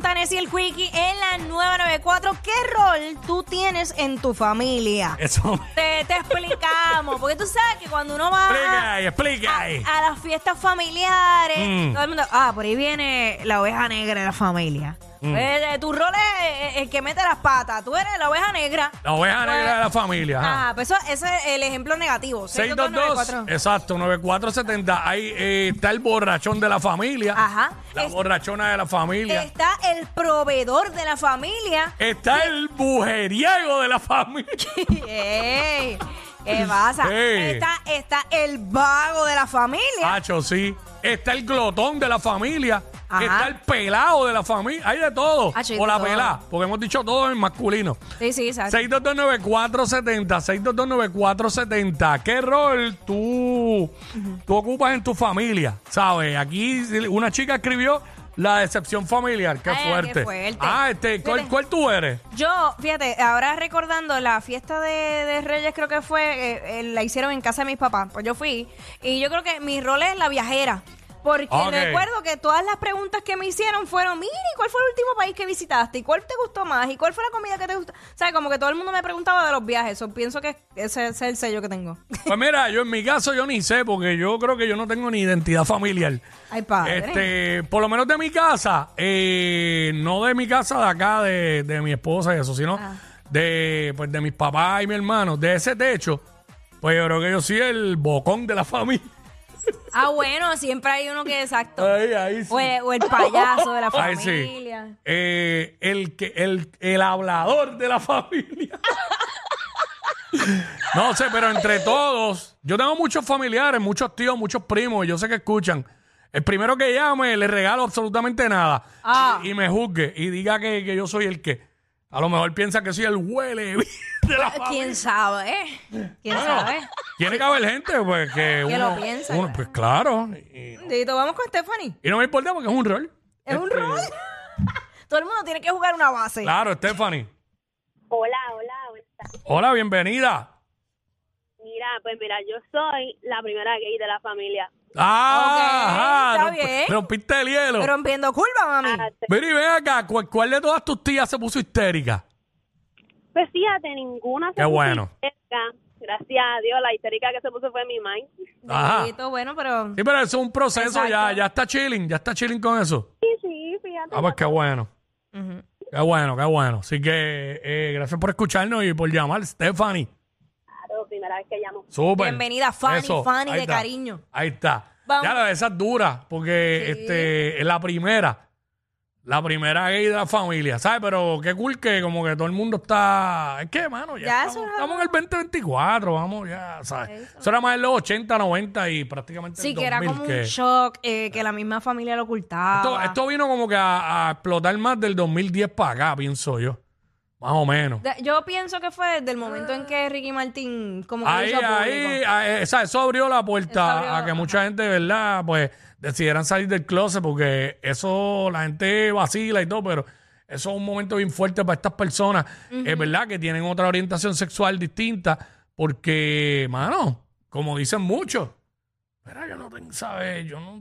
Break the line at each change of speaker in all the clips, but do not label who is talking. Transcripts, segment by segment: Vanessa y el Quickie en la 994. ¿Qué rol tú tienes en tu familia?
Eso.
Te, te explicamos, porque tú sabes que cuando uno va
Explica
a,
ahí, explica ahí.
a las fiestas familiares,
Mm.
todo el mundo, ah, por ahí viene la oveja negra de la familia.
Mm.
Eh, eh, tu rol es eh, el que mete las patas, tú eres la oveja negra.
La oveja negra de la familia. ajá.
Ah, pues eso, ese es el ejemplo negativo.
622,
62294.
exacto, 9470. Ahí eh, está el borrachón de la familia.
Ajá.
La
Es-
borrachona de la familia.
Está el proveedor de la familia.
Está el bujeriego de la familia.
Ey, ¿Qué pasa?
Ey.
Está, está el vago de la familia.
Hacho, sí. Está el glotón de la familia.
Ajá.
Está el pelado de la familia. Hay de todo.
Hacho, hay
o
de
la
todo.
pelá, porque hemos dicho todo en masculino.
Sí, sí, exacto.
6229470, 6229470. ¿Qué rol tú, tú ocupas en tu familia? ¿Sabes? Aquí una chica escribió la decepción familiar. Qué
Ay, qué
fuerte.
fuerte.
Ah, este, ¿cuál,
Fíjate.
cuál tú eres?
Yo, fíjate, ahora recordando la fiesta de, de Reyes, creo que fue, eh, eh, la hicieron en casa de mis papás. Pues yo fui. Y yo creo que mi rol es la viajera. Porque
Ok.
recuerdo que todas las preguntas que me hicieron fueron, mire, ¿y ¿cuál fue el último país que visitaste? ¿Y cuál te gustó más? ¿Y cuál fue la comida que te gustó? O sea, como que todo el mundo me preguntaba de los viajes. So, pienso que ese es el sello que tengo.
Pues mira, yo en mi caso yo ni sé, porque yo creo que yo no tengo ni identidad familiar.
Ay, padre.
Este, por lo menos de mi casa, eh, no de mi casa de acá, de, de mi esposa y eso, sino de, pues, de mis papás y mi hermano, de ese techo, pues yo creo que yo soy el bocón de la familia.
Ah, bueno, siempre hay uno que exacto.
Ahí, ahí sí.
O, el- o el payaso de la
Ahí sí.
familia.
Eh, el, que, el, el hablador de la familia. no sé, pero entre todos, yo tengo muchos familiares, muchos tíos, muchos primos, y yo sé que escuchan. El primero que llame le regalo absolutamente nada
Ah.
y, y me juzgue y diga que, que yo soy el que. A lo mejor piensa que soy el huele de la familia.
¿Quién sabe? eh? ¿Quién
Bueno,
sabe?
Tiene que haber gente pues, que
Que
uno,
lo piensa,
uno-
claro.
pues claro. Y,
Dito, vamos con Stephanie.
y no me importa porque es un rol.
Es un
Este,
rol. Todo el mundo tiene que jugar una base.
Claro, Stephanie.
Hola, hola, hola.
Hola, bienvenida.
Mira, pues mira, yo soy la primera gay de la familia.
Ah,
Ok,
ajá,
está
rompe-
bien.
rompiste el hielo.
Rompiendo curva,
Ah,
mami.
te-
Mira y ven acá, ¿cuál, cuál de todas tus tías se puso histérica?
Pues fíjate, ninguna se
Qué
puso
bueno.
histérica. Gracias a Dios, la histérica que se puso fue mi mãe.
Ajá.
Dito, bueno, pero.
Sí, pero eso es un proceso, ya,
Exacto.
ya está chilling, ya está chilling con eso.
Sí, sí, fíjate.
Ah, pues qué bueno,
Ujú.
qué bueno, qué bueno. Así que eh, gracias por escucharnos y por llamar, Stephanie.
Claro, primera vez que llamo.
Súper.
Bienvenida, Fanny,
Eso,
Fanny
ahí
de
está.
cariño.
Ahí está.
Vamos.
Ya la de esas duras, porque
Sí.
este es la primera. La primera gay de la familia, ¿sabes? Pero qué cool que como que todo el mundo está... Es que, mano, ya,
Ya, eso
estamos,
es
estamos en el 2024, vamos, ya, ¿sabes? Eso era más en los 80, 90 y prácticamente el
Sí, que era
2000,
como
que-
un shock, eh, que la misma familia lo
esto,
ocultaba.
esto vino como que a, a explotar más del 2010 para acá, pienso yo. Más o menos.
De- Yo pienso que fue desde el momento en que Ricky Martín, como que lo
Ahí,
hizo
ahí,
público.
ahí, ¿sabes? eso abrió la puerta
Eso abrió-
a que
ajá.
mucha gente, ¿verdad? Pues decidieran salir del closet porque eso la gente vacila y todo, pero eso es un momento bien fuerte para estas personas, es ¿verdad? Que tienen otra orientación sexual distinta porque, mano, como dicen muchos, mira, yo no tengo, ¿sabes? Yo no...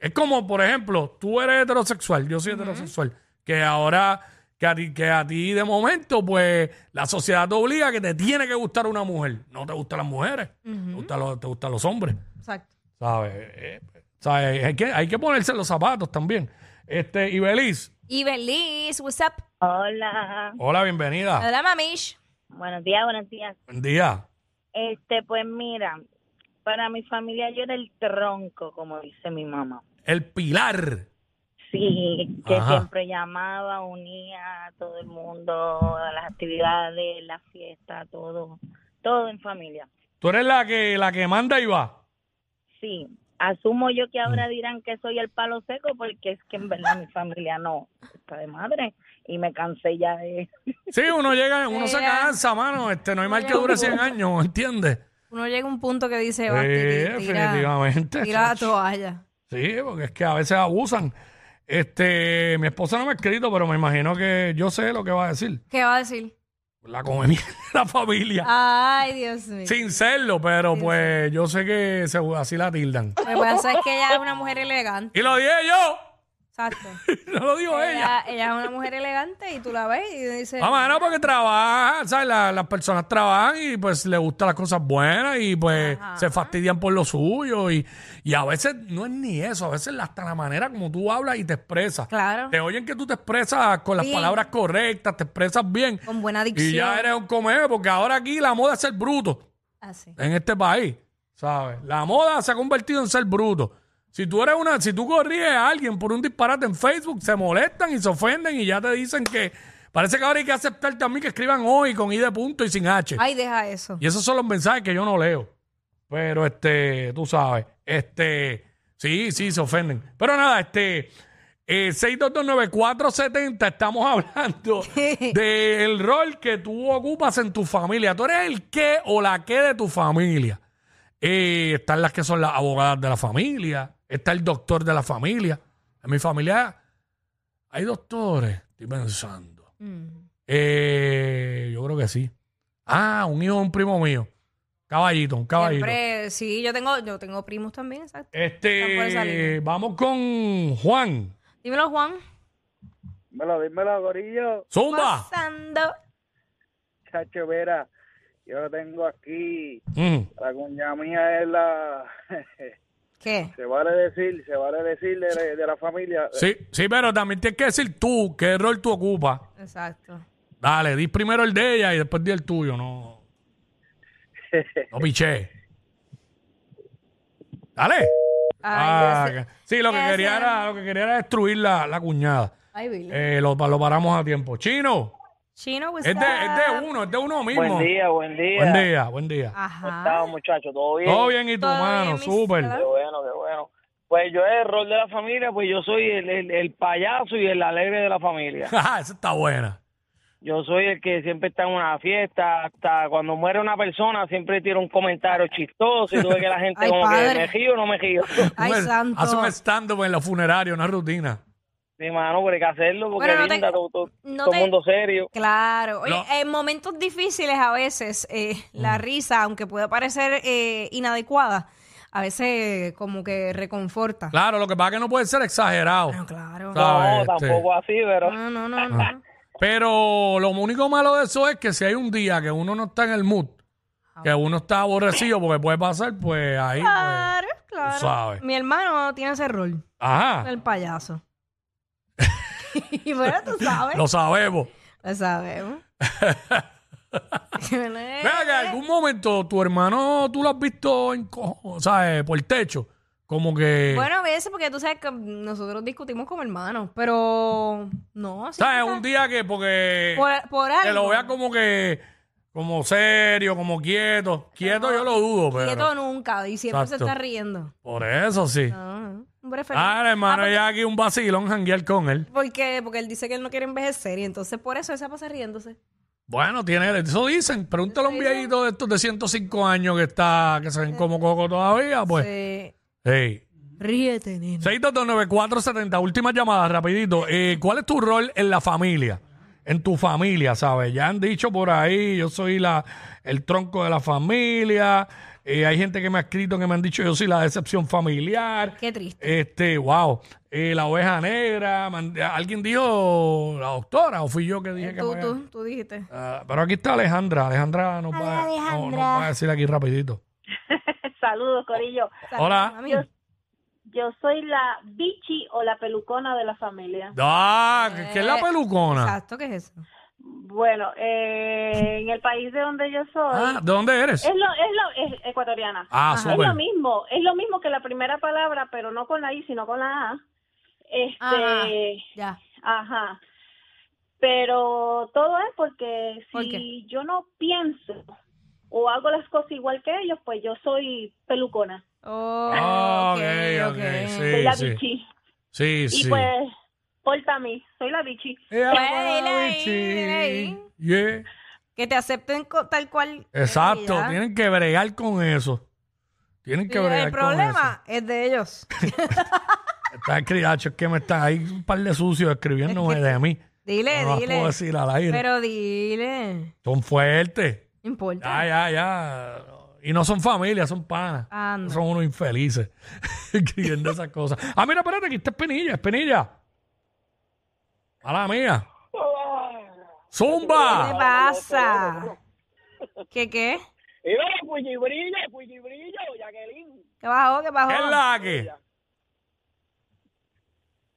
Es como, por ejemplo, tú eres heterosexual, yo soy heterosexual, que ahora... Que a, ti, que a ti de momento, pues, la sociedad te obliga a que te tiene que gustar una mujer. No te gustan las mujeres, te, gustan los, te gustan los hombres.
Exacto.
¿Sabes? Eh, ¿sabes? Hay, que, hay que ponerse los zapatos también. Este, y Belis,
Y Belis, what's up? Ah.
Hola.
hola, bienvenida.
Hola, mamish.
Buenos días, buenos días.
Buen día.
Este, pues mira, para mi familia yo era el tronco, como dice mi mamá.
El pilar.
Sí, que
Ajá.
siempre llamaba, unía a todo el mundo, a las actividades, las fiestas, todo, todo en familia.
Tú eres la que, la que manda y va.
Sí, asumo yo que ahora dirán que soy el palo seco porque es que en verdad mi familia no está de madre y me cansé ya de...
Sí, uno llega, uno
Sí,
se
ya.
cansa, mano. Este, no hay mal que dure 100 años, ¿entiendes?
Uno llega a un punto que dice,
Sí,
basta, y tira,
Eh, definitivamente.
tira la toalla.
Sí, porque es que a veces abusan. Este, mi esposa no me ha escrito, pero me imagino que yo sé lo que va a decir.
¿Qué va a decir?
La comida de la familia.
Ah, Ay, Dios mío.
Sin serlo, pero pues yo sé que se- así la tildan.
Lo que pasa es que ella es una mujer elegante.
Y lo dije yo.
Exacto.
no lo digo ella.
Ella, ella es una mujer elegante y tú la ves y dices,
Ah, mano, porque trabajan, ¿sabes? La- las personas trabajan y pues les gustan las cosas buenas y pues se fastidian por lo suyo y, y a veces no es ni eso, a veces hasta la manera como tú hablas y te expresas.
claro,
Te oyen que tú te expresas con las
Bien.
palabras correctas, te expresas bien
con buena dicción.
y ya eres un comedor porque ahora aquí la moda es ser bruto
Así.
en este país, ¿sabes? La moda se ha convertido en ser bruto. Si tú eres una, si tú corriges a alguien por un disparate en Facebook, se molestan y se ofenden y ya te dicen que parece que ahora hay que aceptar también que escriban hoy con i de punto y sin h.
Ay, deja eso.
Y esos son los mensajes que yo no leo. Pero este, tú sabes, este, sí, sí, se ofenden. Pero nada, este, eh, 6229470, estamos hablando del rol que tú ocupas en tu familia. Tú eres el qué o la qué de tu familia. Eh, están las que son las abogadas de la familia, está el doctor de la familia. En mi familia hay doctores, estoy pensando.
Mm.
Eh, yo creo que sí. Ah, un hijo de un primo mío. Caballito, un caballito.
Siempre, sí, yo tengo, yo tengo primos también, exacto. Están por esa
Este,
línea.
vamos con Juan.
Dímelo, Juan.
Dímelo, dímelo, gorillo.
Zumba.
Pasando.
Chacho, vera, yo lo tengo aquí.
Mm.
La cuña mía es la...
¿Qué?
se vale decir, se vale decir de, la- de la familia.
Sí, sí, pero también tienes que decir tú qué rol tú ocupas.
Exacto.
Dale, di primero el de ella y después di el tuyo. No, no piché. Dale. Ah,
Ay, ese-
que- sí, lo que,
ese-
quería era, lo que quería era destruir la, la cuñada.
Ay, Billy.
Eh, lo, lo paramos a tiempo. Chino,
Chino, what's
es de, es de
up?
uno, es de uno mismo.
Buen día, buen día.
Buen día, buen día.
Ajá.
muchachos? ¿Todo bien?
Todo bien y tu
Ah, Todo bien,
mano,
mis
súper.
saludos.
Qué bueno, qué bueno. Pues yo el rol de la familia, pues yo soy el, el, el payaso y el alegre de la familia.
Ajá, Esa Ah, está buena.
Yo soy el que siempre está en una fiesta, hasta cuando muere una persona siempre tira un comentario chistoso y tú ves que la gente
Ay,
como que
padre.
me río o no me río.
Ay,
Hace-
santo.
Hace un stand-up en la funeraria, una rutina.
Mi mano, pero hay que hacerlo porque
Bueno, no te-
linda, todo, todo-
no
todo
te-
mundo serio.
Claro. Oye,
No.
en momentos difíciles a veces eh, la risa, aunque pueda parecer eh, inadecuada, a veces como que reconforta.
Claro, lo que pasa es que no puede ser exagerado.
Bueno, claro.
Claro. Ah,
no,
este.
tampoco así, pero
No, no, no, no.
Pero lo único malo de eso es que si hay un día que uno no está en el mood,
Ah,
que uno está aborrecido porque puede pasar, pues ahí. pues,
Claro, claro.
Tú sabes. Ah.
Mi hermano tiene ese rol,
Ajá,
el payaso. y bueno, tú sabes.
lo sabemos.
Lo sabemos. Eh,
Vea que en algún momento tu hermano tú lo has visto en, co- o sea, eh, por el techo. Como que.
Bueno, a veces, porque tú sabes que nosotros discutimos como hermanos, pero no. sí,
¿Sabes?
tú
Un día que porque.
Por, por algo.
que lo vea como que como serio, como quieto. Quieto yo lo dudo, pero
Quieto nunca, y siempre
Exacto.
se está riendo.
por eso sí.
No, hombre feliz.
Ah, hermano,
Ah,
ya aquí un vacilón janguear con él.
porque, porque, porque él dice que él no quiere envejecer, y entonces por eso él se pasa riéndose.
Bueno, tiene eso dicen, pregúntale a un viejito de estos de 105 años que está que se ven como coco todavía, pues.
Sí.
Hey.
Ríete, nena.
6229470, última llamada, rapidito. Eh, ¿Cuál es tu rol en la familia? En tu familia, ¿sabes? Ya han dicho por ahí, yo soy la el tronco de la familia. Eh, hay gente que me ha escrito que me han dicho yo soy la decepción familiar.
Qué triste.
Este, wow. Eh, la oveja negra. man- Alguien dijo la doctora o fui yo que dije que
Tú,
me-
tú, tú dijiste.
Ah, pero aquí está Alejandra. Alejandra nos va, no- nos va a decir aquí rapidito.
Saludos, Corillo.
Hola.
Mami.
Yo soy la bichi o la pelucona de la familia.
Ah, que- que es la
Eh,
pelucona.
Exacto, ¿qué es eso?
Bueno, eh, en el país de donde yo soy,
Ah, ¿De dónde eres?
es lo, es lo, es ecuatoriana.
Ah,
es
súper.
lo mismo, es lo mismo que la primera palabra, pero no con la I, sino con la A.
Ah.
Este,
Ya.
ajá. Pero todo es porque si
¿Por
yo no pienso o hago las cosas igual que ellos, pues yo soy pelucona,
Oh,
Ah,
ok,
ok,
ok.
ok,
soy la
sí.
bichi.
Sí,
Y
sí.
pues, porta a mí, soy la bichi.
Ella
Pues,
va a
dile ahí,
ah, bichi.
dile ahí.
Yeah.
Que te acepten co- tal cual. eres,
Exacto,
ya.
tienen que bregar con eso. Tienen que bregar
El
con eso.
problema es de ellos.
Están criachos que me están ahí un par de sucios escribiéndome de mí.
Dile,
no las
dile.
puedo decir al aire.
Pero dile.
Son fuertes.
No importa.
Ya, ya, ya. Y no son familia, son panas.
Anda.
Ah, Son unos infelices escribiendo esas cosas. Ah, mira, espérate, aquí está Espinilla, Espinilla. A la mía.
¿Qué le
¡Zumba!
pasa? ¿Qué qué?
Y bueno, Fullibrillo, Fullibrillo, Jacqueline.
¿Qué bajó? ¿Qué bajó?
¿Qué es la que?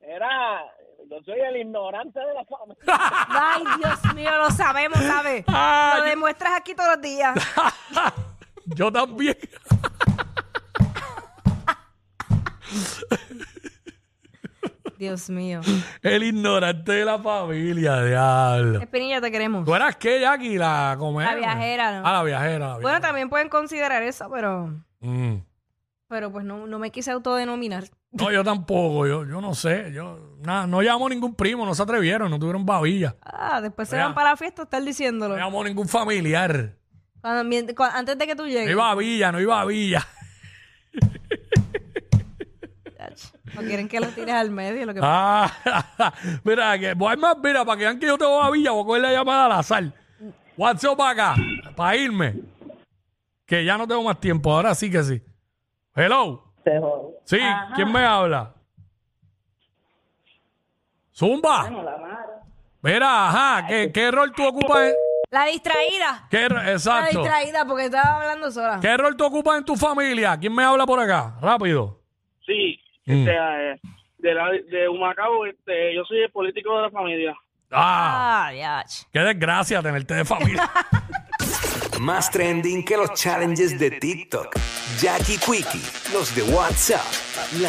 Era, yo soy el ignorante de la familia.
Ay, Dios mío, lo sabemos, ¿sabes?
Ah,
Lo demuestras aquí todos los días.
Yo también.
Dios mío.
El ignorante de la familia, diablo.
Espinilla, te queremos.
¿Tú eras qué, Jackie? La, ¿cómo
La
era?
viajera, ¿no?
Ah, la viajera. la
Bueno,
viajera.
también pueden considerar eso, pero,
Mm.
pero pues no, no me quise autodenominar.
No, yo tampoco. Yo, yo no sé. Yo, nada, no llamó ningún primo, no se atrevieron, no tuvieron babilla.
Ah, después se
Mira.
van para la fiesta a estar diciéndolo.
No llamó ningún familiar.
Cuando- mien- cu- antes de que tú
No
llegues.
hay babilla, no hay babilla.
No quieren que lo tires al medio. Lo que
Ah, mira, que, voy a- más, mira, para que vean que yo tengo babilla, voy a coger la llamada al azar. WhatsApp para acá, para irme. Que ya no tengo más tiempo, ahora sí que sí. Hello.
Se jodió.
Sí, ¿quién me habla? Zumba. Mira, ajá, ¿qué, qué rol tú ocupas? en-
La distraída.
qué ro-
La
exacto.
distraída porque estaba hablando sola.
¿Qué rol tú ocupas en tu familia? ¿Quién me habla por acá? Rápido.
Sí,
Mm.
este, eh, de, la, de Humacao, este, yo soy el político de la familia.
Ah,
Ah, ya. ch.
qué desgracia tenerte de familia.
Más trending que los challenges de TikTok. Jackie Quickie, los de WhatsApp, la